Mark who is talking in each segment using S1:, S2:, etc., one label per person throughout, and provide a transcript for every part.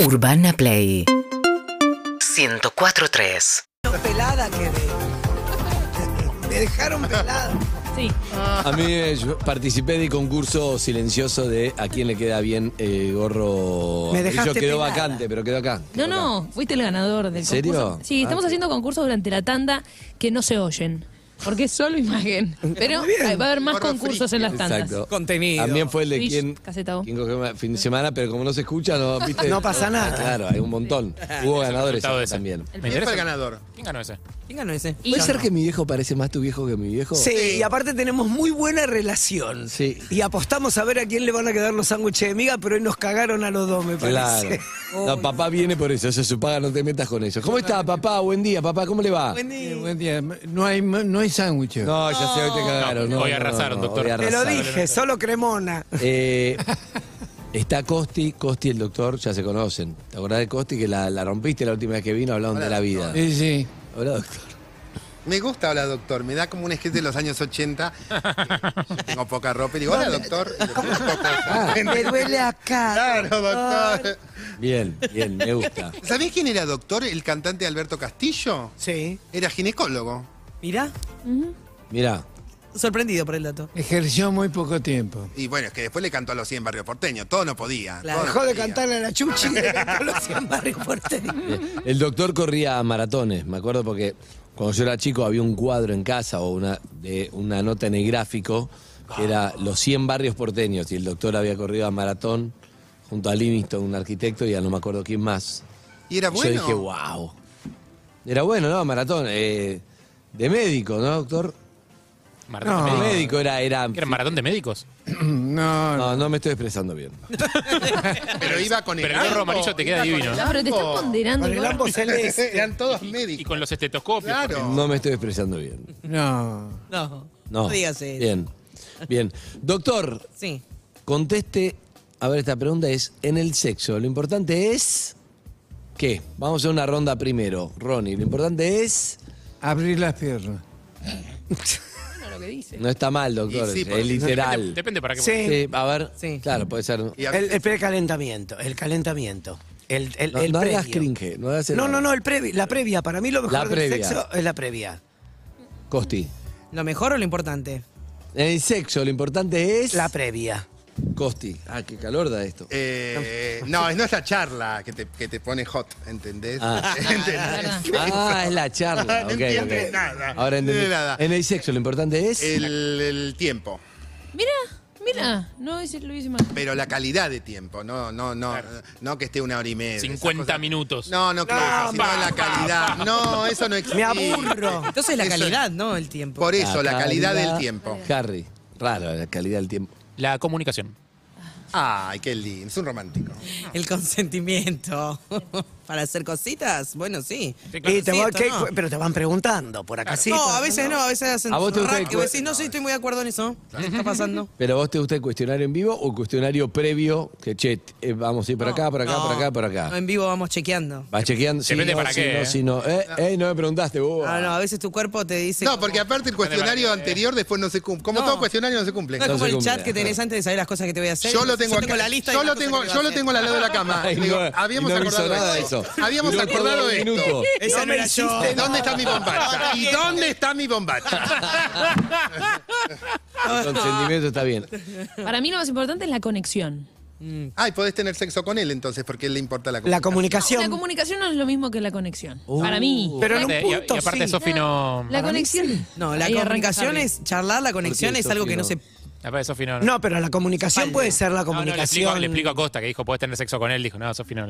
S1: Urbana Play 104.3
S2: pelada que me, me dejaron pelada.
S3: A mí eh, yo participé de concurso silencioso de a quién le queda bien eh, gorro.
S2: Me
S3: amarillo.
S2: dejaste
S3: quedó
S2: pelada.
S3: vacante, pero quedó acá.
S4: No,
S3: quedó acá.
S4: no, fuiste el ganador del
S3: ¿En serio?
S4: concurso. Sí,
S3: Ah,
S4: estamos
S3: qué-
S4: haciendo concursos durante la tanda que no se oyen, porque es solo imagen. Pero ay, va a haber más concursos en las tandas.
S3: Exacto.
S2: Contenido.
S3: También fue el de
S4: Twitch,
S3: quién,
S4: caseta O.
S3: quién cogió más fin de semana, pero como no se escucha, no, ¿viste? Ah,
S2: No pasa nada.
S3: Claro, hay un montón. Hubo ganadores
S5: resultado ese.
S3: también.
S5: ¿Quién fue el ganador? ¿Quién ganó ese?
S6: ¿Quién ganó ese?
S4: Y-
S3: ¿Puede ser que mi viejo parece más tu viejo que mi viejo?
S2: Sí, y aparte tenemos muy buena relación.
S3: Sí.
S2: Y apostamos a ver a quién le van a quedar los sándwiches de miga, pero hoy nos cagaron a los dos, me
S3: Claro.
S2: parece. Oh,
S3: No, papá viene por eso, eso es su paga, no te metas con eso. ¿Cómo está, papá? Buen día, papá, ¿cómo le va?
S6: Eh, buen día. No hay, no hay sándwiches.
S3: No, ya sé, hoy te cagaron.
S5: No,
S3: no,
S5: hoy
S3: no,
S5: arrasaron,
S3: no,
S5: doctor.
S3: hoy
S2: Te lo
S3: arrasaron.
S2: dije, solo cremona.
S3: Eh, está Costi, Costi el doctor, ya se conocen. ¿Te acordás de Costi que la, la rompiste la última vez que vino? Hablaron de la vida.
S6: Sí, sí.
S3: Hola, doctor.
S7: Me gusta hablar doctor, me da como un sketch de los años 80. Yo tengo poca ropa y digo, hola doctor. Y le pongo poco.
S3: Ah,
S2: Me duele acá.
S7: Claro, doctor.
S3: Bien, bien, me gusta.
S7: ¿Sabés quién era doctor? El cantante Alberto Castillo.
S2: Sí.
S7: Era ginecólogo.
S2: Mirá,
S3: Mirá,
S2: sorprendido por el dato.
S6: Ejerció muy poco tiempo.
S7: Y bueno, es que después le cantó a los 100 Barrio Porteño. Todo no podía.
S2: La
S7: todo no
S2: dejó de
S7: podía.
S2: cantarle a la chuchi y le cantó los 100 barrios porteños.
S3: bien. eh, el doctor corría a maratones, me acuerdo porque cuando yo era chico había un cuadro en casa o una, de, una nota en el gráfico que era los 100 barrios porteños y el doctor había corrido a maratón junto a Livingston, un arquitecto y a no me acuerdo quién más.
S7: Y era
S3: Y
S7: bueno.
S3: Yo dije, wow. Era bueno, ¿no? Maratón. eh, de médico, ¿no, doctor?
S5: Maratón
S6: No.
S5: de
S3: De
S5: médicos.
S3: médico era, era.
S5: ¿Era maratón de médicos?
S6: No,
S3: No, no me estoy expresando bien.
S7: Pero iba con el.
S5: Pero el gorro
S7: ambo,
S5: amarillo te queda
S7: iba con
S5: divino.
S7: el
S4: No, pero te están
S7: ambo.
S4: ponderando.
S2: Con el
S4: ¿no?
S2: ambos celeste.
S7: Eran todos
S5: Y
S7: médicos.
S5: con los estetoscopios.
S7: Claro.
S3: No me estoy expresando bien.
S6: no.
S2: No,
S3: No. Bien. Bien. Doctor,
S2: Sí.
S3: conteste. A ver, esta pregunta es: en el sexo, lo importante es. ¿Qué? Vamos a hacer una ronda primero, Ronnie. Lo importante es.
S6: Abrir las piernas.
S3: No está mal, doctor.
S7: Y sí, porque-
S3: es literal.
S5: Depende para qué.
S2: Sí.
S3: Sí, a ver.
S2: Sí.
S3: Claro, puede ser. No,
S7: Y a-
S2: El, el precalentamiento, el calentamiento. El, el, el
S3: no hagas
S2: previo.
S3: cringe. No, hagas el-
S2: Este No, no, no, el previ- la previa. Para mí lo mejor
S3: La
S2: del
S3: previa.
S2: sexo es la previa.
S3: Costi.
S2: ¿Lo mejor o lo importante?
S3: En el sexo, lo importante es.
S2: La previa.
S3: Costi. Ah, qué calor da esto.
S7: Eh, no, es- no es la charla que te, que te pone hot, ¿entendés?
S3: Ah.
S7: ¿Entendés?
S3: Ah, es la charla.
S7: No
S3: ok,
S7: entiende
S3: ok.
S7: nada.
S3: Ahora entendí.
S7: No nada. Eh,
S3: En el sexo, lo importante es.
S7: El, el tiempo,
S4: Mira, mira, no es lo hice mal.
S7: pero la calidad de tiempo, no, no, no, no que esté una hora y media. esas
S5: 50
S7: cosas.
S5: minutos.
S7: No, no, claro, sino la calidad. No, eso no existe.
S2: Me aburro.
S8: Entonces la
S7: Eso es-
S8: calidad, ¿no? El tiempo.
S7: Por eso, la calidad del tiempo.
S3: Harry. Raro, la calidad del tiempo.
S5: La comunicación.
S7: Ay, qué lindo, es un romántico.
S8: El consentimiento. Para hacer cositas, bueno, sí.
S5: Sí, claro.
S2: Y te
S8: Sí,
S2: voy-
S8: esto
S2: ¿qué?
S8: no.
S2: Pero te van preguntando por acá. sí,
S8: no,
S2: por
S8: a
S2: acá
S8: veces no, a veces hacen
S3: ¿A vos te gusta
S8: rack
S3: el
S8: y
S3: cue-
S8: vos decís, no, sí, estoy muy de acuerdo en eso. ¿Qué está pasando?
S3: Pero vos te gusta el cuestionario en vivo o el cuestionario previo que che, eh, vamos a ir por acá, por acá,
S8: No.
S3: por acá, por acá.
S8: No, en vivo vamos chequeando.
S3: Vas chequeando. Si
S5: Depende
S3: no,
S5: para
S3: si
S5: qué,
S3: no,
S5: eh.
S3: si no. Eh, eh, no me preguntaste vos.
S7: Ah,
S8: Ah, No, no, a veces tu cuerpo te dice.
S7: No,
S8: como-
S7: porque aparte el cuestionario anterior después no se cumple. Como
S8: No.
S7: todo cuestionario no se cumple.
S8: No es
S3: No
S8: como
S3: se
S8: el
S3: cumple,
S8: chat que tenés
S3: claro.
S8: antes de saber las cosas que te voy a hacer.
S7: Yo lo tengo
S8: tengo
S7: acá.
S8: la lista. de
S7: yo
S8: las
S7: lo
S8: cosas
S7: tengo,
S8: que te
S7: yo
S8: voy a
S7: lo tengo al lado de la cama.
S3: Ay,
S7: Digo,
S3: no,
S7: habíamos
S3: no me hizo
S7: acordado
S3: nada
S7: de
S3: eso.
S7: Habíamos
S3: Duró todo
S7: acordado
S3: un
S7: de esto.
S3: minuto.
S8: hacer. Esa no era yo.
S7: ¿Dónde está mi bombacha? ¿Y dónde está mi bombacha?
S3: El consentimiento está bien.
S4: Para mí lo más importante es la conexión.
S7: Ay, podés tener sexo con él entonces, porque él le importa la
S2: La
S7: comunicación.
S4: La comunicación
S2: comunicación.
S4: no es lo mismo que la conexión.
S3: Uh.
S4: para mí.
S2: Pero en un
S5: Aparte- y-
S2: punto
S5: y, aparte,
S2: sí.
S5: Sofi no.
S4: La conexión.
S8: No, la
S4: Ahí arranca
S8: comunicación
S4: Harry.
S8: es charlar, la conexión
S3: Porque
S8: es algo que no
S3: Sofi
S8: se.
S3: no-
S5: Aparte, Sofi no.
S2: No, pero la comunicación puede ser
S5: No,
S2: la
S5: no, le,
S2: comunicación.
S5: explico, le explico a Costa que dijo: podés tener sexo con él. Dijo: No, Sofi no.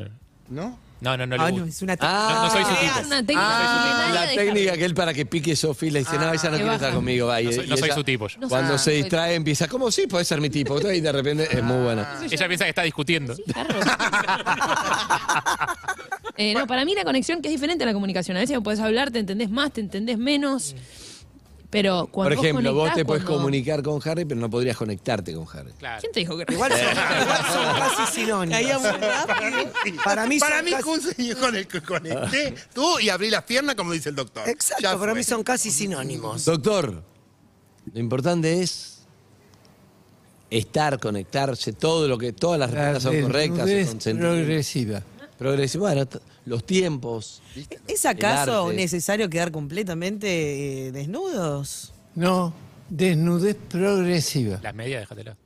S5: No,
S7: ¿No?
S5: no, no. le
S8: Ah,
S5: gusta.
S8: no, es una.
S3: Ah.
S5: No, no soy su
S4: Es
S5: tipo.
S4: una técnica
S3: Ah,
S4: que nadie
S3: la
S4: deja. Ah,
S3: técnica que él para que pique Sofía le dice, no, ella no
S4: que
S3: quiere estar
S4: baja.
S3: conmigo. va, y-
S5: No soy-
S3: y
S5: no soy
S3: ella-
S5: su tipo yo.
S3: Cuando
S4: Ah.
S3: se distrae empieza, ¿cómo sí? Puede ser mi tipo. Y de repente es muy
S4: Ah.
S3: buena.
S5: Ella piensa que está discutiendo.
S4: Claro. Eh, no, para mí la conexión que es diferente a la comunicación. A veces podés hablar, te entendés más, te entendés menos. Pero
S3: Por
S4: cuando
S3: ejemplo, vos,
S4: conectás,
S3: te podés
S4: cuando-
S3: comunicar con Harry, pero no podrías conectarte con Harry.
S5: Claro.
S4: ¿Quién te dijo que
S2: Igual son, igual son casi sinónimos. Para mí son
S7: Para mí,
S2: casi-
S7: con con el que conecté tú y abrí las piernas, como dice el doctor. Ya
S2: Exacto, para
S7: fue.
S2: mí son casi sinónimos.
S3: Doctor, lo importante es estar, conectarse, todo lo que, todas las
S6: La
S3: respuestas son correctas, el
S6: desnudez
S3: consentimiento.
S6: progresiva.
S3: progresivo. Bueno, t- los tiempos.
S8: ¿Es
S3: El
S8: acaso
S3: arte.
S8: necesario quedar completamente eh, desnudos?
S6: No, desnudez progresiva.
S5: Las medias, déjatelo.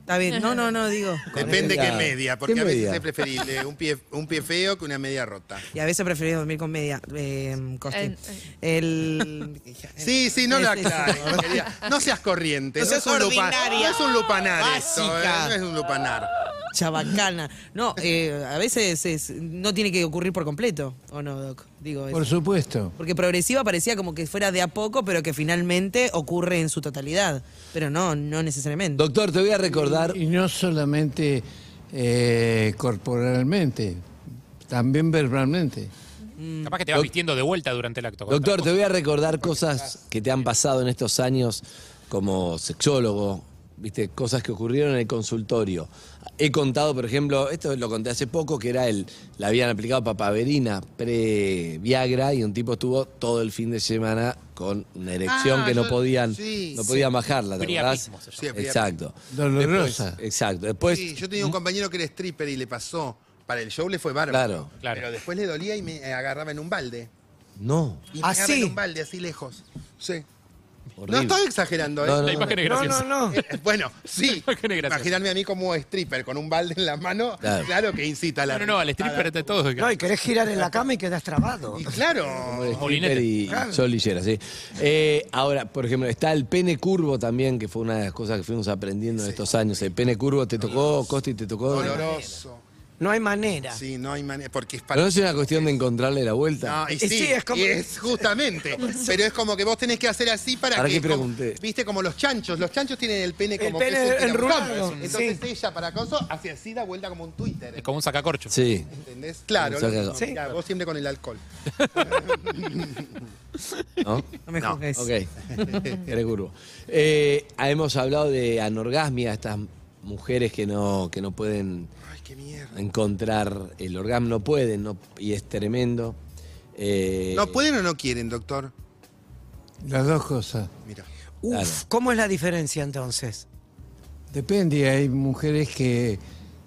S8: Está bien, no, no, no, digo.
S7: Depende
S3: media.
S7: qué media, porque
S3: ¿Qué
S7: a veces
S3: media?
S7: es preferible un pie, un pie feo que una media rota.
S2: Eh,
S8: Y a veces preferís dormir con media. Eh, Costi.
S4: Eh,
S8: El.
S7: Sí, sí,
S2: eh,
S7: no lo
S8: Sí, sí, sí.
S7: aclares. querida. No seas corriente.
S8: No
S7: No,
S8: seas
S7: es, un lupa-
S8: ordinaria.
S7: no es un lupanar esto,
S8: Básica.
S7: eh, No es un lupanar.
S8: Chabacana. No, eh, a veces es- no tiene que ocurrir por completo, ¿o no, Doc? Digo eso.
S6: Por supuesto.
S8: Porque progresiva parecía como que fuera de a poco, pero que finalmente ocurre en su totalidad. Pero no, no necesariamente.
S3: Doctor, te voy a recordar.
S6: Y no solamente eh, corporalmente, también verbalmente.
S2: Mm.
S5: Capaz que te vas vistiendo de vuelta durante el acto.
S3: Doctor, te voy a recordar cosas que te han pasado en estos años como sexólogo, viste, cosas que ocurrieron en el consultorio. He contado, por ejemplo, esto lo conté hace poco, que era el, la habían aplicado papaverina pre-Viagra y un tipo estuvo todo el fin de semana con una erección
S7: Ah,
S3: que no
S7: yo-
S3: podían,
S7: sí,
S3: no
S7: sí.
S3: podían bajarla, ¿te acordás?
S5: Priapismo se llama.
S7: Sí, priapismo.
S3: Exacto.
S6: Dolorosa.
S3: Después- exacto. Después,
S7: Sí, yo
S3: ¿Mm?
S7: tenía un compañero que era stripper y le pasó. Para el show le fue bárbaro.
S3: Claro.
S5: Claro.
S7: Pero después le dolía y me eh, agarraba en un balde.
S3: no.
S7: Y me
S2: ¿Ah,
S7: agarra en
S2: sí?
S7: un balde, así lejos. Sí.
S3: horrible.
S7: No estoy exagerando, ¿eh?
S3: No,
S5: La imagen es
S2: No,
S5: graciosa.
S2: no, no.
S7: Eh, Bueno, sí.
S5: Qué gracioso.
S7: Imaginarme a mí como stripper con un balde en la mano,
S3: Claro.
S7: claro, que incita a la.
S5: No, no, no, al stripper de todo.
S2: No, y querés girar en la cama y quedás trabado.
S7: Y claro.
S3: Como de
S5: Molinete.
S3: stripper y solillera, sí. Eh, ahora, por ejemplo, está el pene curvo también, que fue una de las cosas que fuimos aprendiendo en estos años. El pene curvo te tocó, Costi, te tocó.
S7: Doloroso.
S2: No hay manera.
S7: Sí, no hay manera. Porque es para.
S3: Pero no es una cuestión de encontrarle la vuelta.
S7: No, y
S2: Y
S7: sí,
S2: Eh, sí, es como-
S7: y es justamente. pero es como que vos tenés que hacer así para,
S3: ¿Para
S7: que.
S3: qué
S7: es como-
S3: pregunté?
S7: Viste como los chanchos. Los chanchos tienen el pene
S2: El
S7: como
S2: pene
S7: que es un
S2: enrulado,
S7: tirabuzón.
S2: sí.
S7: Entonces ella para coso hace así da vuelta como un Twitter.
S5: Es como un sacacorcho.
S3: Sí.
S7: ¿Entendés? Claro,
S3: Exacto.
S7: lo mismo.
S2: Sí.
S7: Mirá, vos siempre con el alcohol.
S3: ¿No?
S8: No me juzgues.
S3: Ok. Pene curvo. Eh, hemos hablado de anorgasmia, estas mujeres que no, que no pueden
S7: Ay, qué mierda.
S3: encontrar el orgasmo, no pueden, no- y es tremendo. Eh,
S7: ¿No pueden o no quieren, doctor?
S6: Las dos cosas.
S7: Mira.
S2: Uf,
S3: Claro.
S2: ¿cómo es la diferencia entonces?
S6: Depende, hay mujeres que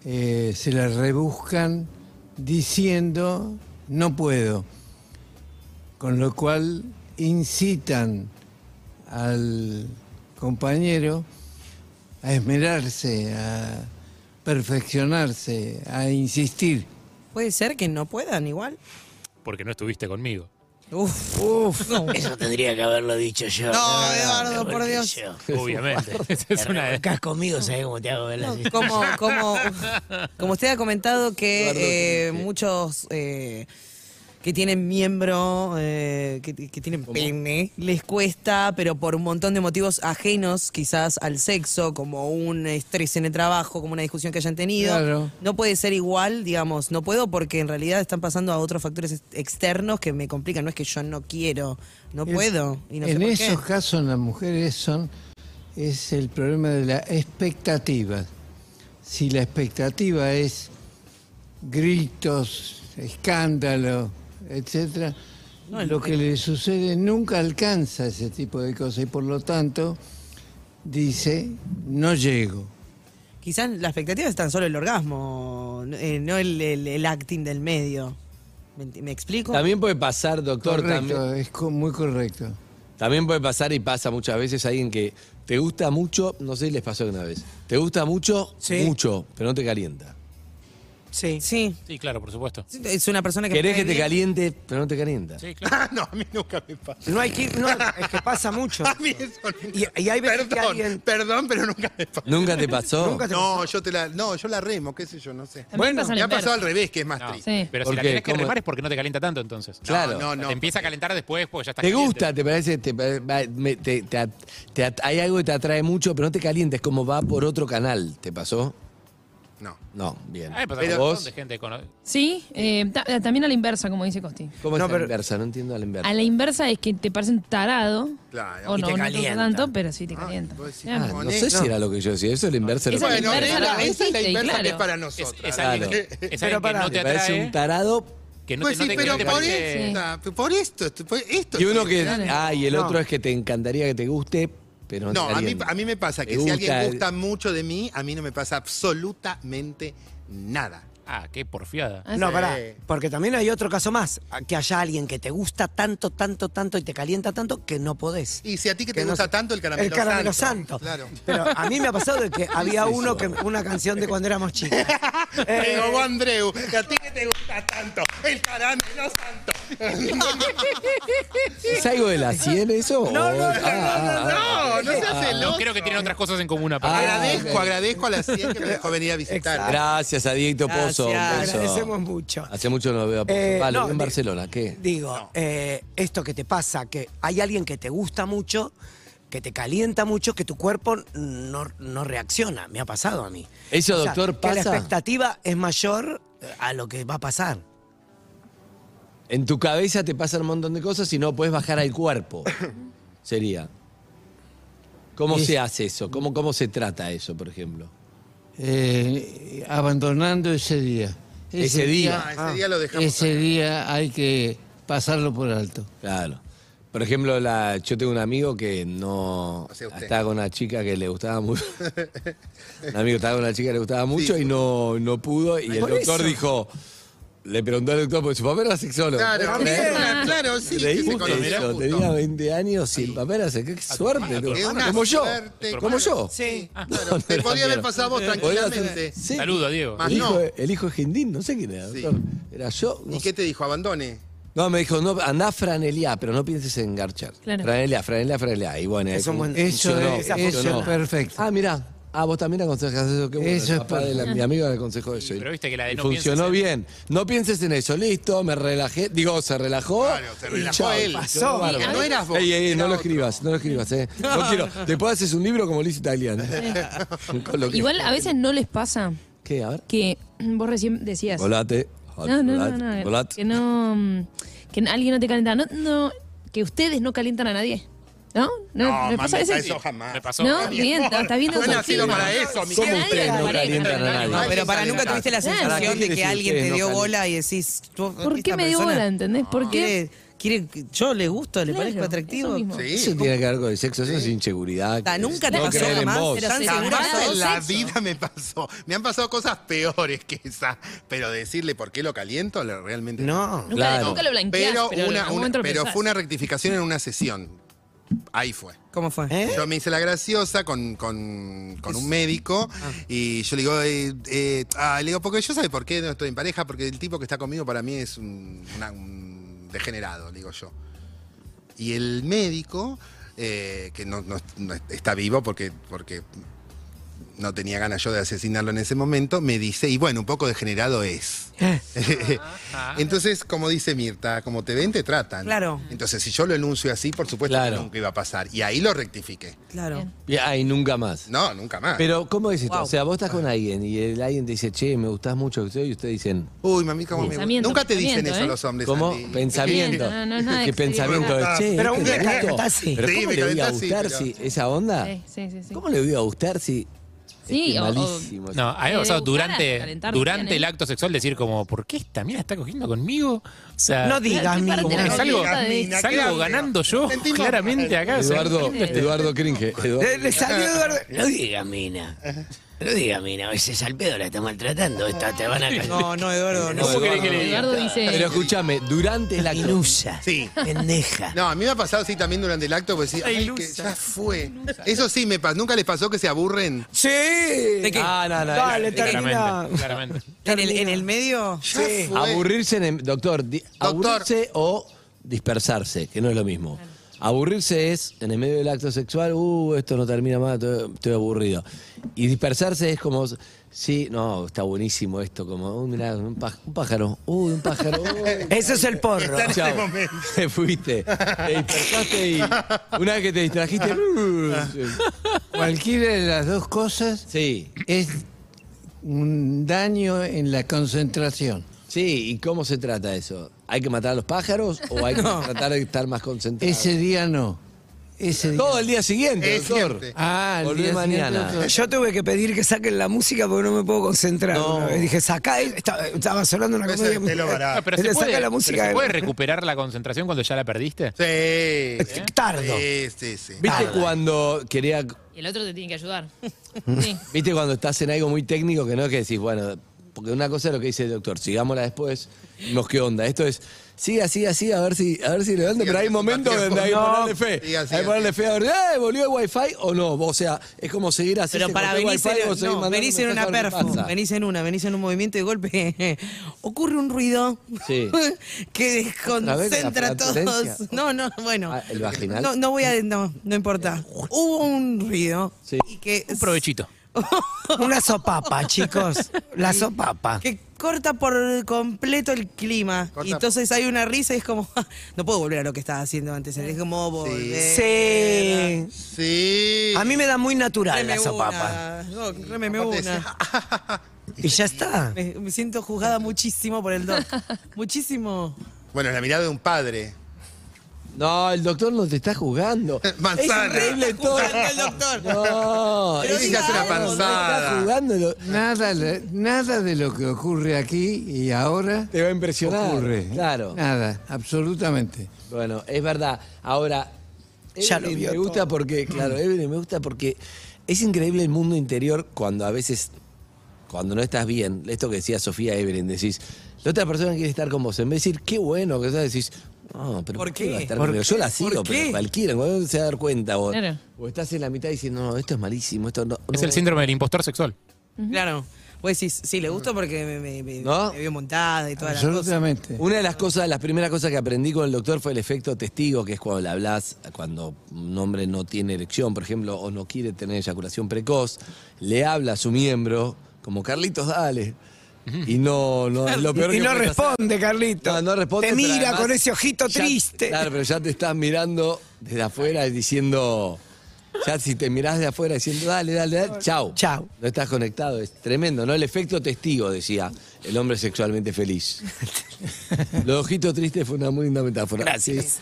S6: eh, se las rebuscan diciendo no puedo, con lo cual incitan al compañero a esmerarse, a perfeccionarse, a insistir.
S8: Puede ser que no puedan igual.
S5: Porque no estuviste conmigo.
S8: Uf.
S1: Eso tendría que haberlo dicho yo.
S8: No, Eduardo,
S1: porque
S8: por Dios.
S1: yo-
S5: Obviamente. Esa es una de-
S1: Arrancás conmigo, ¿sabés cómo te hago ver las estrellas?
S8: Como, como, como usted ha comentado que
S3: Eduardo,
S8: eh,
S3: sí.
S8: muchos eh, que tienen miembro, eh, que, que tienen pene, les cuesta, pero por un montón de motivos ajenos quizás al sexo, como un estrés en el trabajo, como una discusión que hayan tenido,
S6: Claro.
S8: no puede ser igual, digamos, no puedo porque en realidad están pasando a otros factores ex- externos que me complican, no es que yo no quiero, no
S6: Es-
S8: puedo. Y no sé
S6: en
S8: por qué.
S6: esos casos las mujeres son es el problema de la expectativa. Si la expectativa es gritos, escándalo, etcétera, lo que le sucede nunca alcanza ese tipo de cosas y por lo tanto dice no llego.
S8: Quizás la expectativa es tan solo el orgasmo, no- eh, no el, el- el acting del medio. ¿Me, enti- me explico?
S3: También puede pasar, doctor, también.
S6: Correcto, es co- muy correcto.
S3: También puede pasar y pasa muchas veces alguien que te gusta mucho, no sé si les pasó una vez, te gusta mucho,
S2: Sí.
S3: mucho, pero no te calienta.
S2: Sí.
S8: Sí.
S5: Sí, claro, por supuesto.
S8: Es una persona que. me
S3: Querés
S8: cae
S3: que te
S8: bien.
S3: caliente, pero no te calienta.
S5: Sí, claro.
S7: Ah, no, a mí nunca me pasa.
S2: No hay que. No, es que pasa mucho.
S7: A mí eso nunca-
S2: Y- y hay veces que
S7: perdón,
S2: alguien-
S7: perdón, pero nunca me pasa.
S3: ¿Nunca te pasó?
S2: Nunca te-
S7: No, yo te la, no, yo la remo, qué sé yo, no sé.
S4: A mí me Bueno. pasa al
S7: me ha
S4: inverso.
S7: pasado al revés, que es más
S5: No,
S7: triste.
S4: Sí.
S5: Pero
S3: ¿Por
S5: si la
S3: qué?
S5: tienes que
S3: ¿Cómo?
S5: remar es porque no te calienta tanto entonces.
S7: No,
S3: Claro.
S7: No,
S5: O sea,
S7: no.
S5: te empieza a calentar después porque ya estás
S3: ¿Te
S5: caliente.
S3: gusta? ¿Te parece? Te, pa- va- me- te- te at- te at- hay algo que te atrae mucho, pero no te calienta, es como va por otro canal. ¿Te pasó?
S7: No.
S3: No, bien.
S5: Ah, me pasa
S7: Pero
S5: con un montón
S3: vos,
S5: de gente cono-
S4: Sí, eh, ta- también a la inversa, como dice Costi.
S3: ¿cómo es
S2: No,
S3: la
S2: pero-
S3: inversa? No entiendo a la inversa.
S4: A la inversa es que te parece un tarado.
S7: Claro.
S4: O
S7: Y
S4: no,
S7: te
S4: no te gusta
S7: calienta.
S4: tanto, pero sí te calienta.
S7: vos decís,
S4: Eh,
S3: Ah, no sé si era lo que yo decía, eso es la inversa. de lo
S4: Esa
S3: que-
S4: es la
S7: Bueno,
S4: inversa
S7: esa,
S4: de la que
S7: esa es la
S4: hiciste,
S7: inversa
S4: claro.
S7: que es para
S5: Es,
S7: nosotros.
S5: es
S3: Claro.
S5: alguien, que- es alguien
S2: pará,
S5: que no te
S3: Te parece
S5: atrae.
S3: un tarado
S5: que no
S7: Pues
S5: te, no
S7: sí,
S5: te-
S7: pero
S5: no te
S7: por
S5: parece-
S7: esta- por esto, esto, por esto.
S3: y uno que... Ah, y el
S2: No.
S3: otro es que te encantaría que te guste, pero no,
S7: No,
S3: te
S7: a mí,
S3: calienta.
S7: a mí me pasa
S3: Te
S7: que si alguien
S3: gusta el-
S7: gusta mucho de mí, a mí no me pasa absolutamente nada. Eh,
S5: Ah, qué porfiada.
S4: Ah,
S2: No,
S7: sí.
S2: pará, porque también hay otro caso más, a- que haya alguien que te gusta tanto, tanto, tanto y te calienta tanto que no podés.
S7: Y si a ti que, te
S2: no
S7: gusta
S2: sé.
S7: tanto el caramelo
S2: El caramelo
S7: santo.
S2: santo.
S7: Claro.
S2: Pero a mí me ha pasado de que había uno que una canción de cuando éramos chicas. Eh,
S7: Pegó Andreu, que a ti que te gusta tanto el caramelo santo.
S3: ¿Es algo de la 100 eso? Ah, No, no, no, Ah,
S7: No, no se hace
S5: No
S7: loco.
S5: creo que tienen otras cosas en común aparte.
S7: Agradezco,
S3: ok.
S7: agradezco a las 100 que me dejó venir a visitar.
S3: Gracias, Adicto Pozo. un
S8: Gracias.
S3: beso.
S2: agradecemos mucho.
S3: Hace mucho no lo veo a Pozo.
S2: Eh,
S3: Vale,
S2: no,
S3: en
S2: di-
S3: Barcelona, ¿qué?
S2: Digo, eh, esto que te pasa, que hay alguien que te gusta mucho, que te calienta mucho, que tu cuerpo no, no reacciona. Me ha pasado a mí.
S3: ¿Eso,
S2: O sea,
S3: doctor,
S2: Que la
S3: pasa?
S2: expectativa es mayor eh, a lo que va a pasar.
S3: En tu cabeza te pasan un montón de cosas y no puedes bajar al cuerpo. Sería. ¿Cómo se hace eso? ¿Cómo, ¿Cómo se trata eso, por ejemplo?
S6: eh, abandonando ese día.
S3: Ese día.
S7: Ah, ese día lo dejamos.
S6: Ese día hay que pasarlo por alto.
S3: Claro. Por ejemplo, la, yo tengo un amigo que no.
S7: O sea, usted.
S3: estaba con una chica que le gustaba mucho. un amigo estaba con una chica que le gustaba mucho y no, no pudo. Y el
S2: por
S3: doctor
S2: eso.
S3: dijo. Le preguntó al doctor, porque su papá era sexólogo.
S7: Claro, era, claro, sí.
S3: Leí
S7: que se
S3: justo
S7: conocieron
S3: eso,
S7: justo.
S3: tenía 20 años y el papá era sexólogo. ¡Qué suerte!
S7: Es
S3: tú.
S7: una
S3: Como yo.
S7: suerte,
S3: Como
S7: claro.
S3: yo.
S7: Sí,
S5: Ah,
S7: claro.
S3: no,
S7: Te
S3: no,
S7: podía
S3: no,
S7: haber
S3: no.
S7: pasado vos
S3: Podía
S7: tranquilamente.
S3: ser- sí. Ah,
S5: Saludo, Diego.
S7: Más
S3: El hijo,
S7: no.
S3: el hijo es Gendín, no sé quién era.
S7: Sí.
S3: doctor. Era yo. no
S7: ¿Y qué te dijo? Abandone.
S3: No, me dijo, no, andá franelía, pero no pienses en garchar.
S4: Claro.
S3: Franelía, franelía, franelía. Y bueno, eh,
S2: Es un buen-
S6: Eso
S3: funcionó,
S6: es,
S3: funcionó.
S6: eso es perfecto.
S3: Ah, mirá. Ah, vos también aconsejas eso. Qué bueno.
S6: Eso
S3: el
S6: es
S3: papá de la- mi amigo le aconsejó eso.
S5: Sí, pero viste que la de
S3: Y
S5: no
S3: Funcionó
S5: pienses
S3: bien. No pienses en eso. Listo, me relajé. Digo, se relajó.
S7: Claro, se
S3: y
S7: relajó
S3: chao.
S7: él.
S2: Pasó.
S3: Bárbaro.
S7: No eras vos.
S3: Ey, ey,
S7: era
S3: no lo
S7: otro.
S3: escribas, no lo escribas, eh. No quiero. Después haces un libro como Liz Italian. Con lo que-
S4: Igual a veces no les pasa
S3: ¿Qué? A ver.
S4: que vos recién decías.
S3: Volate.
S4: No, no, no,
S3: volate,
S4: no,
S3: volate.
S4: Que no. mm, Que alguien no te calienta. No, no, que ustedes no calientan a nadie. ¿No? ¿No,
S7: No,
S4: les pasa
S7: mamita,
S4: a veces?
S7: eso jamás.
S5: Me pasó.
S4: No, bien, está está bien.
S7: No he
S4: eso.
S7: nacido
S4: Sí,
S7: para
S4: no.
S7: eso,
S4: Si
S7: mi
S3: ¿Cómo
S4: alguien
S3: ustedes no
S4: te
S3: calientan a nadie?
S7: No,
S8: No, pero para nunca
S7: Claro.
S8: tuviste la
S4: Claro.
S3: ¿Para qué
S8: sensación de
S3: decís
S8: que alguien
S3: ustedes
S8: te
S3: no
S8: dio
S3: calientan?
S8: bola y decís. "Yo-
S4: ¿Por qué
S8: esta
S4: me dio
S8: persona
S4: bola, entendés? ¿Por qué?
S8: Quiere, quiere que yo le gusto, le
S4: Claro,
S8: parezco
S4: eso
S8: atractivo.
S4: mismo.
S7: Sí.
S3: Eso tiene que ver con el sexo, eso es inseguridad.
S8: Ta,
S3: que
S8: nunca
S3: es
S8: te
S3: no
S8: pasó
S3: creer en
S8: jamás,
S3: vos.
S8: pero
S4: Tan
S8: sí,
S4: segura
S8: jamás
S4: sos.
S7: en la
S4: sexo.
S7: vida me pasó. Me han pasado cosas peores que esa. Pero decirle por qué lo caliento, lo- realmente.
S2: No.
S4: Nunca,
S3: Claro.
S4: nunca lo blanqueás,
S7: Pero,
S4: pero, en
S7: una-
S4: algún
S7: una-
S4: momento lo
S7: pero
S4: pensás.
S7: fue una rectificación en una sesión. Ahí fue.
S8: ¿Cómo fue?
S2: ¿Eh?
S7: Yo me hice la graciosa con, con- con un médico y yo le digo, eh, eh, ah, le digo, porque yo sé por qué no estoy en pareja, porque el tipo que está conmigo para mí es un, una- un degenerado, le digo yo. Y el médico, eh, que no, no- no está vivo porque, porque no tenía ganas yo de asesinarlo en ese momento, me dice, y bueno, un poco degenerado es.
S4: Eh.
S7: Entonces, como dice Mirta, como te ven, te tratan.
S8: Claro.
S7: Entonces, si yo lo enuncio así, por supuesto
S3: Claro.
S7: que nunca iba a pasar. Y ahí lo rectifiqué.
S8: Claro.
S3: Y- Ay, nunca más.
S7: No, nunca más.
S3: Pero, ¿cómo es esto?
S8: Wow.
S3: O sea, vos estás con alguien y el alguien te dice, che, me gustás mucho que usted, y ustedes dicen,
S7: Uy, mami, cómo me gusta.
S4: Pensamiento,
S7: Nunca te dicen
S4: pensamiento,
S7: eso
S4: ¿eh?
S7: los hombres.
S3: ¿cómo?
S7: Andy.
S3: Pensamiento.
S4: No, no, nada
S3: ¿Qué
S4: de
S3: pensamiento?
S7: exterior.
S3: Che,
S2: Pero
S3: ¿esto
S2: un
S3: le
S2: día
S3: gustó?
S2: cantás, sí.
S3: ¿Pero
S7: Sí,
S3: ¿Cómo
S7: me
S3: le voy a
S7: cantás, sí,
S3: gustar
S7: pero-
S3: si esa onda?
S4: Sí, sí, sí, sí.
S3: ¿Cómo le voy a gustar si
S4: Sí,
S3: es
S4: o- o-
S3: malísimo?
S5: No, a mí me ha
S4: Eh,
S5: pasado
S4: buscar,
S5: durante,
S4: calentar bien,
S5: durante
S4: ¿eh?
S5: el acto sexual decir como, ¿por qué esta mina está cogiendo conmigo? O sea,
S2: No digas,
S4: Claro,
S2: mi
S4: aparte
S5: como que
S4: la
S5: salgo,
S4: conducta de-
S7: mina, qué
S5: salgo
S7: asco.
S5: ganando yo
S7: Sentimos
S5: claramente
S7: mal.
S5: acá. o sea,
S3: Eduardo, Eduardo Cringe. Eduardo-
S2: Le, le salió Eduardo.
S1: No digas, mina. No digas, mina. A veces al pedo la está maltratando. Esta te van a caer.
S8: No, no, Eduardo, no.
S5: ¿Cómo querés que le diga?
S4: Eduardo dice.
S3: Pero escúchame, durante el acto.
S2: Inusa.
S7: Sí.
S2: Pendeja.
S7: No, a mí me ha pasado así también durante el acto, pues sí, ay, que ya fue. Eso sí me pasó. ¿Nunca les pasó que se aburren?
S2: Sí.
S3: Ah, no, no,
S2: Dale,
S3: era-
S2: termina.
S5: Claramente, claramente.
S8: En el, en el medio.
S7: Ya fue.
S3: Aburrirse, en el- doctor, di-
S7: Doctor.
S3: aburrirse o dispersarse, que no es lo mismo. Aburrirse es, en el medio del acto sexual, uh, esto no termina más, estoy, estoy aburrido. Y dispersarse es como, sí, no, está buenísimo esto, como, uy, mirá, un, pá- un pájaro, uy, un pájaro. uy.
S2: Eso es el porro.
S7: Está en
S3: Chao.
S7: este momento.
S3: Te fuiste, te dispersaste y una vez que te distrajiste,
S6: Cualquiera de las dos cosas
S3: sí,
S6: es un daño en la concentración.
S3: sí, ¿y cómo se trata eso? ¿Hay que matar a los pájaros o hay que tratar de estar más concentrado?
S6: Ese día no. Ese día.
S3: Todo el día siguiente,
S7: Es
S3: doctor.
S7: siempre.
S6: Ah, el
S3: Volvé
S6: día siguiente
S3: mañana.
S6: otro-
S2: Yo tuve que pedir que saquen la música porque no me puedo concentrar.
S3: No.
S2: Una vez Dije, sacá, esta- estaba sonando una
S7: Ese
S2: comedia.
S7: te lo vará.
S5: No, pero
S2: Le
S5: se
S2: saca
S5: puede,
S2: la
S5: pero
S2: música.
S5: se puede recuperar la concentración cuando ya la perdiste.
S7: Sí.
S2: Es tardo.
S7: Sí, sí, sí.
S3: ¿Viste cuando quería
S4: Y el otro te tiene que ayudar. Sí.
S3: ¿Viste cuando estás en algo muy técnico que no es que decís, bueno, porque una cosa es lo que dice el doctor, sigámosla después, nos qué onda. Esto es, sigue así, así, a ver si, a ver si levanta,
S7: Siga,
S3: pero hay
S7: siga,
S3: momentos
S7: siga,
S3: donde hay que
S7: siga.
S3: ponerle fe.
S7: Siga,
S3: hay
S7: siga,
S3: que ponerle
S7: siga.
S3: fe a ver, eh, volvió el wifi o no. O sea, es como seguir así.
S8: Pero
S3: se
S8: para
S3: cortó el
S8: venís en,
S3: wifi, vos seguís
S8: no,
S3: mandando
S8: venís en una
S3: mensajes a ver qué
S8: perfo,
S3: pasa.
S8: venís en una, venís en un movimiento y de golpe ocurre un ruido
S3: Sí.
S8: que
S3: Otra vez la
S8: desconcentra a
S3: flatulencia.
S8: todos. No, no, bueno.
S3: Ah, el vaginal.
S8: No, no voy a, no, no importa. Hubo un ruido
S3: Sí.
S8: y que,
S5: Un provechito.
S2: Una sopapa, chicos. La sopapa.
S8: que corta por completo el clima.
S7: Corta.
S8: Y entonces hay una risa y es como, no puedo volver a lo que estaba haciendo antes. Es como volver.
S2: Sí.
S7: Ah, Sí.
S2: A mí me da muy natural la
S8: Reme una.
S2: sopapa.
S8: No, rememe
S7: Aparte
S8: una.
S7: decía,
S2: Y ya está.
S8: Me, me siento juzgada muchísimo por el doc. muchísimo.
S7: Bueno, la mirada de un padre.
S3: No, el doctor no te está juzgando.
S7: Manzana.
S3: Es increíble
S8: Está
S3: todo.
S8: juzgando el doctor.
S3: No,
S8: Pero
S3: es
S8: diga
S3: increíble,
S8: algo,
S3: no
S7: panzada.
S3: Está jugando, lo-
S6: Nada, le- nada de lo que ocurre aquí y ahora
S3: te va a impresionar.
S6: ocurre. ¿eh?
S3: Claro.
S6: Nada, absolutamente.
S3: Bueno, es verdad. Ahora,
S2: Ya
S3: Evelyn
S2: lo vio
S3: me gusta
S2: todo.
S3: porque, claro, Evelyn me gusta porque es increíble el mundo interior cuando a veces, cuando no estás bien, esto que decía Sofía Evelyn, decís, la otra persona quiere estar con vos, en vez de decir, qué bueno que estás, decís, no, pero
S8: ¿Por
S3: ¿por, qué?
S8: qué?
S3: va a estar
S8: ¿Por
S3: conmigo? Yo la
S8: qué?
S3: sigo,
S8: ¿Por qué?
S3: pero cualquiera, cuando se va a dar cuenta, o,
S4: Claro.
S3: o estás en la mitad diciendo, no, esto es malísimo, esto no.
S5: Es
S3: no".
S5: el síndrome del impostor sexual.
S8: Claro. Vos decís, sí, le gusta porque me, me- me-
S3: ¿No?
S8: me vio montada y toda la cosa.
S6: Absolutamente.
S3: Una de las cosas, las primeras cosas que aprendí con el doctor fue el efecto testigo, que es cuando le hablas, cuando un hombre no tiene erección, por ejemplo, o no quiere tener eyaculación precoz, le habla a su miembro, como Carlitos, dale. Y no, no, es lo peor
S2: y
S3: que
S2: no
S3: puedes hacer.
S2: responde, Carlito.
S3: No, no responde.
S2: Te
S3: pero
S2: mira
S3: además
S2: con ese ojito
S3: ya-
S2: triste.
S3: Claro, pero ya te estás mirando desde afuera y diciendo. Ya si te mirás de afuera diciendo, dale, dale, dale, chau.
S2: Chau.
S3: No estás conectado, es tremendo, ¿no? El efecto testigo, decía el hombre sexualmente feliz. Los ojitos tristes fue una muy linda metáfora. Gracias.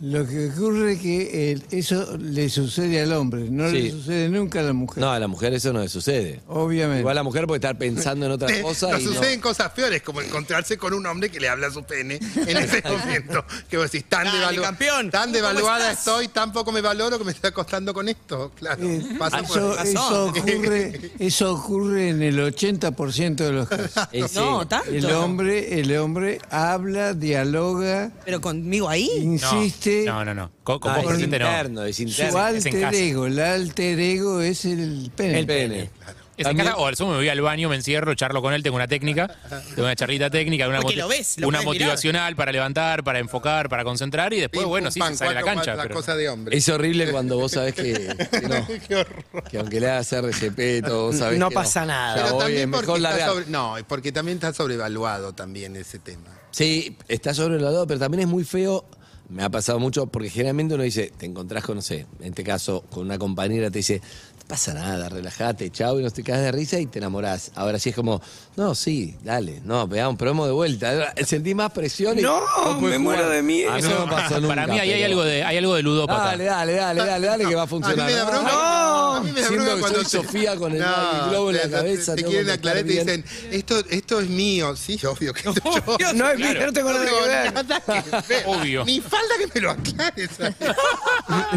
S6: Lo que ocurre es que el- eso le sucede al hombre, no
S3: Sí.
S6: le sucede nunca a la mujer.
S3: No, a la mujer eso no le sucede.
S6: Obviamente.
S3: Igual la mujer puede estar pensando en otra
S7: Te-
S3: cosa
S7: nos
S3: y no.
S7: suceden cosas peores, como encontrarse con un hombre que le habla a su pene en ese momento. Que vos decís, tan,
S8: Dale,
S7: devalu-
S8: campeón,
S7: tan
S8: ¿cómo
S7: devaluada
S8: estás?
S7: estoy, tan poco me valoro que me estoy acostando con esto. Claro, pasa
S3: Ah,
S7: por
S6: Eso,
S7: ahí.
S6: eso ocurre, eso ocurre en el 80% de los casos.
S3: Eh, sí.
S8: No, tanto.
S6: El hombre, el hombre habla, dialoga,
S8: Pero conmigo ahí.
S5: No,
S6: insiste.
S5: No, no, no. Con, con
S3: Ah,
S5: vos
S3: es
S5: presente no.
S3: interno, es interno.
S6: Su
S5: es en
S6: alter
S5: casa.
S6: ego, el alter ego es el pene.
S3: El pene.
S5: Es en
S3: También-
S5: casa, o al sumo me voy al baño, me encierro, charlo con él, tengo una técnica, tengo una charlita técnica, una,
S8: Porque
S5: moti-
S8: lo ves, lo
S5: una
S8: puedes mirar.
S5: motivacional para levantar, para enfocar, para concentrar y después,
S7: Pim,
S5: bueno,
S7: pum,
S5: sí,
S7: pam,
S5: se sale a la
S7: cuatro,
S5: cancha.
S7: cuatro,
S5: pero-
S7: cosa de hombre.
S3: Es horrible cuando vos sabés que, que no.
S7: Qué horror.
S3: Que aunque le hagas RGP, todo, vos sabés
S2: No
S3: que
S2: pasa nada.
S3: Ya,
S7: Pero
S3: hoy es
S7: también porque
S3: mejor
S7: está
S3: largar.
S7: sobre- no, porque también está sobrevaluado también ese tema.
S3: Sí, está sobrevalorado, pero también es muy feo. Me ha pasado mucho porque generalmente uno dice, te encontrás con, no sé, en este caso, con una compañera, te dice, no pasa nada, relájate, chao, y no te caes de risa y te enamorás. Ahora sí es como, no, sí, dale, no, veamos, probemos de vuelta. Sentí más presión y.
S2: No,
S3: puedes
S2: me muero de miedo.
S3: A mí no me pasó nunca.
S5: para mí ahí hay
S3: pero-
S5: algo de, hay algo de ludópata.
S3: Dale, dale, dale, dale, dale, que va a funcionar.
S7: A mí me da
S3: No,
S7: bronca.
S3: no,
S7: a mí me da
S3: Siento
S7: bronca
S3: que
S7: cuando
S3: soy Sofía con el Magic Globo en la
S7: te- te-
S3: cabeza,
S7: Te,
S3: tengo
S7: quieren
S3: que estar
S7: aclarar y te
S3: bien.
S7: dicen, esto, esto es mío. Sí, obvio que esto es yo.
S2: No, es mío, no tengo nada que ver.
S7: nada que ver.
S5: Obvio.
S7: Ni falta que me lo aclares.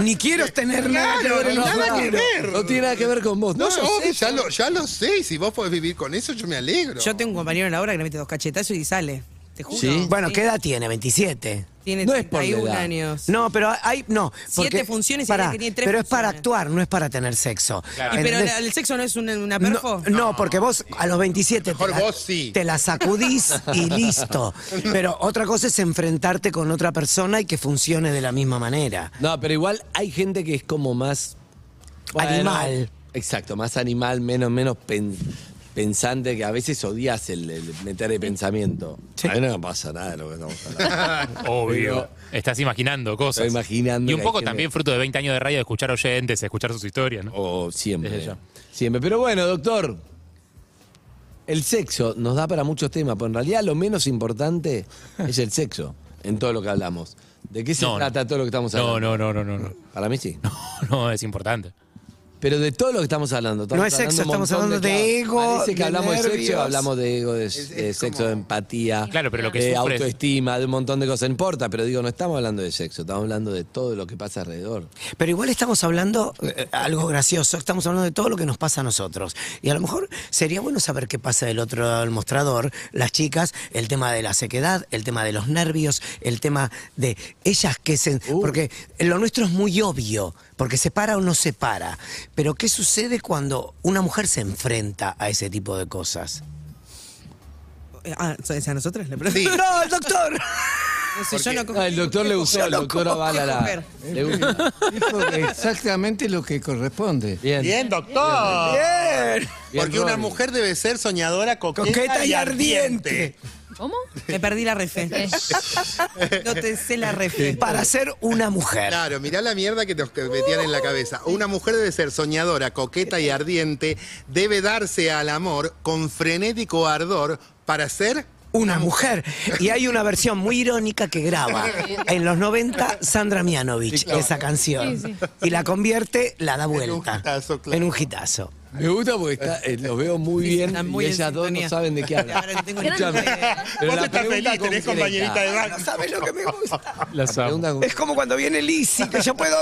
S2: Ni quiero tener nada que ver
S7: Claro,
S2: en los
S7: nada que
S2: labios.
S7: ver.
S3: No tiene nada que ver con vos. No,
S7: No,
S3: sos
S7: obvio,
S3: eso.
S7: ya lo, ya lo sé. Y si vos podés vivir con eso, yo me alegro.
S8: Yo tengo un compañero en la obra que le mete dos cachetazos y sale. Te juro.
S3: Sí.
S2: Bueno, ¿qué edad tiene? 27.
S8: Tiene
S3: No es por la
S8: 31
S3: edad.
S8: años.
S2: No, pero hay. No.
S8: Siete
S2: porque-
S8: funciones y
S2: pará,
S8: tiene que tiene tres
S2: Pero es para
S8: funciones.
S2: actuar, no es para tener sexo.
S5: Claro.
S8: Y pero
S2: ¿Entendés?
S8: la- el sexo no es una, una perfo.
S2: No, no, porque vos a los 27
S7: Mejor
S2: te, la,
S7: vos sí.
S2: te la sacudís y listo. Pero otra cosa es enfrentarte con otra persona y que funcione de la misma manera.
S3: No, pero igual hay gente que es como más
S2: Animal.
S3: Exacto, más animal, menos, menos pen- pensante, que a veces odias el, el meter el pensamiento. A mí no me pasa nada de lo que estamos hablando.
S5: Obvio. Estás imaginando cosas.
S3: Estoy imaginando
S5: Y un
S3: que
S5: poco
S3: hay gente-
S5: también fruto de 20 años de radio, de escuchar oyentes, escuchar sus historias, ¿no?
S3: o siempre.
S5: Desde ya.
S3: Siempre. Pero bueno, doctor. El sexo nos da para muchos temas, pero en realidad lo menos importante es el sexo en todo lo que hablamos. ¿De qué se
S5: No, no.
S3: trata todo lo que estamos hablando?
S5: No, no, no, no, no. no.
S3: Para mí sí.
S5: No, no, es importante.
S3: Pero de todo lo que estamos hablando.
S2: No es
S3: un
S2: sexo, estamos
S3: montón
S2: hablando de
S3: cosas.
S2: ego,
S3: Parece que
S2: de
S3: hablamos de sexo,
S2: nervios.
S3: hablamos de ego, de, de
S7: es
S3: sexo,
S7: como-
S3: de empatía,
S5: Claro, pero lo que
S3: de
S5: sufres-
S3: autoestima, de un montón de cosas. No importa, pero digo, no estamos hablando de sexo, estamos hablando de todo lo que pasa alrededor.
S2: Pero igual estamos hablando eh, algo gracioso, estamos hablando de todo lo que nos pasa a nosotros. Y a lo mejor sería bueno saber qué pasa del otro lado del mostrador, las chicas, el tema de la sequedad, el tema de los nervios, el tema de ellas que se... Porque lo nuestro es muy obvio, porque se para o no se para. Pero ¿qué sucede cuando una mujer se enfrenta a ese tipo de cosas?
S8: Eh, Ah, ¿so- ¿es a nosotras la pregunta?
S7: Sí.
S2: ¡No, el doctor!
S8: No sé, yo no
S3: Ah, el doctor le gustó, el doctor avala la. le gusta.
S6: Dijo exactamente lo que corresponde.
S3: Bien.
S9: Bien, doctor.
S2: ¡Bien!
S3: Bien,
S7: Porque una
S3: Rory.
S7: mujer debe ser soñadora, coqueta,
S2: Coqueta y
S7: y ardiente.
S4: ¿Cómo?
S8: Me perdí la refe.
S4: Eh,
S8: No te sé la refe.
S2: Para ser una mujer.
S7: Claro, mirá la mierda que te que metían en la cabeza. Una mujer debe ser soñadora, coqueta y ardiente, debe darse al amor con frenético ardor para ser...
S2: Una mujer. Y hay una versión muy irónica que graba en los 90 Sandra Mianovich esa canción.
S4: Sí, sí.
S2: Y la convierte, la da vuelta.
S7: un hitazo, claro.
S2: En un hitazo.
S3: Me gusta porque está, eh, los veo muy
S8: Sí,
S3: bien
S8: están muy
S3: y
S8: en
S3: ellas dos no
S8: sintonía.
S3: saben de qué hablan.
S8: Ahora no tengo ni
S3: Escúchame,
S8: idea.
S3: pero la
S9: Vos estás
S3: pregunta
S9: feliz, tenés
S3: concreta.
S9: compañerita de banco.
S2: ¿Sabes lo que me gusta?
S5: Las
S3: La
S5: amo.
S3: pregunta con-
S2: Es como cuando viene Lizzy, que yo puedo.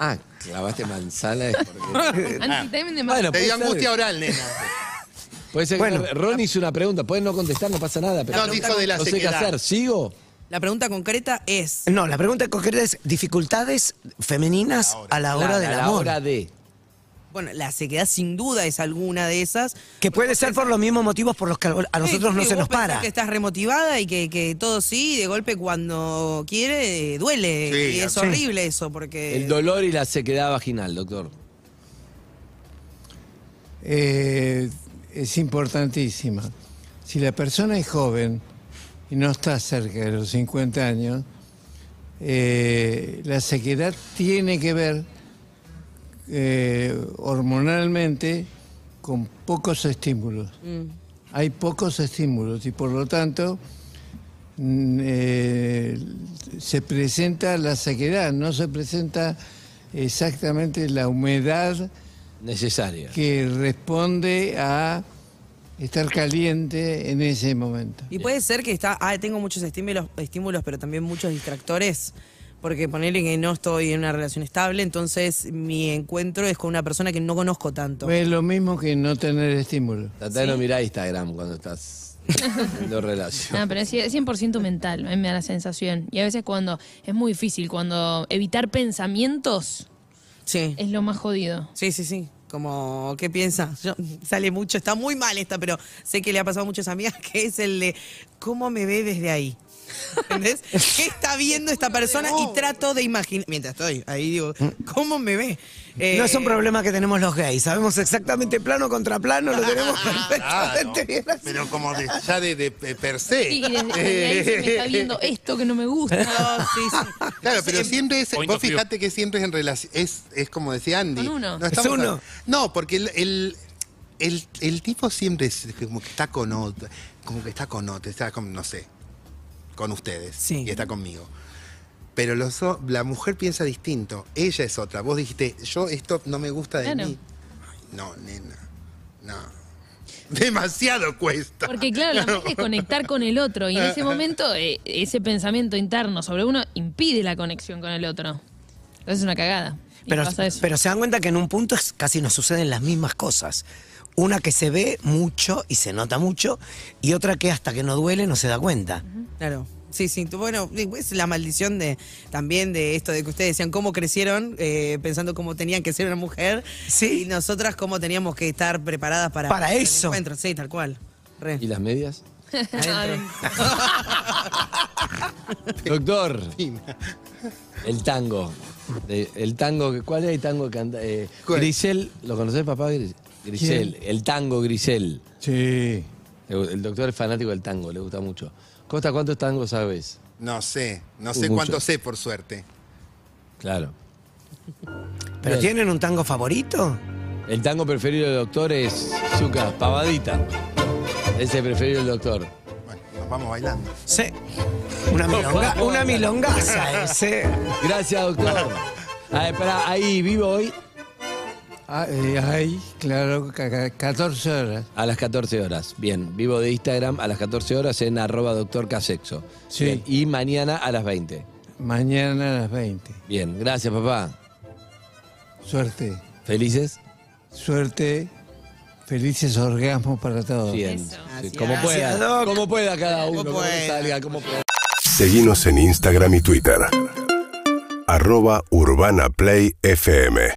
S3: Ah, clavaste manzana. es porque-
S4: anti-timing de más.
S3: Bueno,
S7: Te
S3: puede
S7: dio
S3: ser.
S7: angustia oral, nena.
S3: Puede ser que
S2: Bueno.
S3: Ron hizo una pregunta, pueden no contestar, no pasa nada. Pero
S7: No, dijo de la
S3: no sé qué
S7: sequedad.
S3: hacer, ¿sigo?
S8: La pregunta concreta es.
S2: No, la pregunta concreta es: dificultades femeninas a la hora
S3: Claro,
S2: del
S3: a la
S2: amor. Eh.
S3: hora de.
S8: Bueno, la sequedad sin duda es alguna de esas.
S2: Que puede ser por los mismos motivos por los que a nosotros
S8: Sí, sí,
S2: no se
S8: vos
S2: nos
S8: pensás
S2: para.
S8: Que estás remotivada y que, que todo sí, y de golpe cuando quiere, eh, duele.
S7: Sí,
S8: y es
S7: sí.
S8: horrible eso, porque.
S3: El dolor y la sequedad vaginal, doctor.
S6: Eh, es importantísima. Si la persona es joven y no está cerca de los 50 años, eh, la sequedad tiene que ver eh, hormonalmente con pocos estímulos. Hay pocos estímulos y por lo tanto mm, eh, se presenta la sequedad, no se presenta exactamente la humedad
S3: Necesaria.
S6: que responde a estar caliente en ese momento.
S8: Y puede ser que está, ah, tengo muchos estímulos, estímulos, pero también muchos distractores, porque ponerle que no estoy en una relación estable, entonces mi encuentro es con una persona que no conozco tanto.
S6: Es lo mismo que no tener estímulo.
S3: Tratá de no mirar Instagram cuando estás haciendo relación.
S4: No, pero es 100% mental, a mí me da la sensación. Y a veces cuando es muy difícil, cuando evitar pensamientos
S8: Sí.
S4: es lo más jodido.
S8: Sí, sí, sí. Como, ¿qué piensa? Yo- sale mucho, está muy mal esta, pero sé que le ha pasado a muchas amigas, que es el de cómo me ve desde ahí. ¿Entendés? ¿Qué está viendo esta persona? Y trato de imaginar, mientras estoy ahí, digo, ¿cómo me ve? Eh,
S2: Mm. No es un problema que tenemos los gays. Sabemos exactamente plano contra plano, lo
S7: Ah,
S2: tenemos perfectamente bien. así.
S7: Pero como de- ya de, de- de per se.
S4: Sí, y desde, desde ahí se me está viendo esto que no me gusta.
S8: No, sí, sí.
S7: Claro, pero siempre es.
S5: Point
S7: Vos
S5: of view.
S7: fijate que siempre es en relación. Es, es como decía Andy.
S4: Con uno.
S7: No
S2: Es
S7: estamos
S2: uno.
S7: no, porque el, el, el- el tipo siempre es como que está con otro. Como que está con otro. Está con, no sé. Con ustedes.
S8: Sí.
S7: Y está conmigo. Pero los, o- la mujer piensa distinto. Ella es otra. Vos dijiste, yo esto no me gusta de
S4: Claro.
S7: mí. Ay, no, nena. No. Demasiado cuesta.
S4: Porque claro, la mente es conectar con el otro y en ese momento eh, ese pensamiento interno sobre uno impide la conexión con el otro. Entonces es una cagada. Y
S2: Pero,
S4: pasa eso.
S2: pero se dan cuenta que en un punto es- casi nos suceden las mismas cosas. Una que se ve mucho y se nota mucho, y otra que hasta que no duele no se da cuenta.
S8: Claro. Sí, sí. tú- Bueno, es la maldición de también de esto de que ustedes decían cómo crecieron eh, pensando cómo tenían que ser una mujer.
S2: Sí.
S8: Y nosotras cómo teníamos que estar preparadas para,
S2: Para
S8: el
S2: eso.
S8: encuentro. Sí, tal cual. Re.
S3: ¿Y las medias?
S4: Adentro.
S3: Doctor, el tango. De- el tango, que- ¿cuál es el tango que canta? Eh,
S7: ¿Cuál?
S3: Grisel, ¿lo conocés, papá? Gris- Grisel, el tango Grisel.
S6: Sí.
S3: El el doctor es fanático del tango, le gusta mucho. Costa, ¿cuántos tangos sabes?
S7: No sé. No
S3: Uy,
S7: sé
S3: mucho.
S7: cuánto sé, por suerte.
S3: Claro.
S2: ¿Pero
S3: Bien.
S2: tienen un tango favorito?
S3: El tango preferido del doctor es Zucca, pavadita. Ese es el preferido del doctor.
S7: Bueno, nos vamos bailando.
S2: Sí. Una, milonga- una milongaza ese.
S3: Gracias, doctor. Ah, pará, ahí vivo hoy
S6: Ah, eh, Ay, claro, ca- ca- 14 horas.
S3: a las 14 horas. Bien, vivo de Instagram a las 14 horas en arroba doctor Casexo.
S6: Sí.
S3: Bien, Y mañana a las 20.
S6: Mañana a las 20.
S3: Bien, gracias papá.
S6: Suerte.
S3: ¿Felices?
S6: Suerte. Felices orgasmos para todos.
S3: Bien.
S10: Eso.
S3: Sí, Como
S11: Gracias,
S3: pueda.
S11: Doc.
S3: Como pueda cada uno. Como
S12: pueda.
S3: salga, como pueda.
S2: Seguinos en Instagram y Twitter. Arroba Urbana Play FM.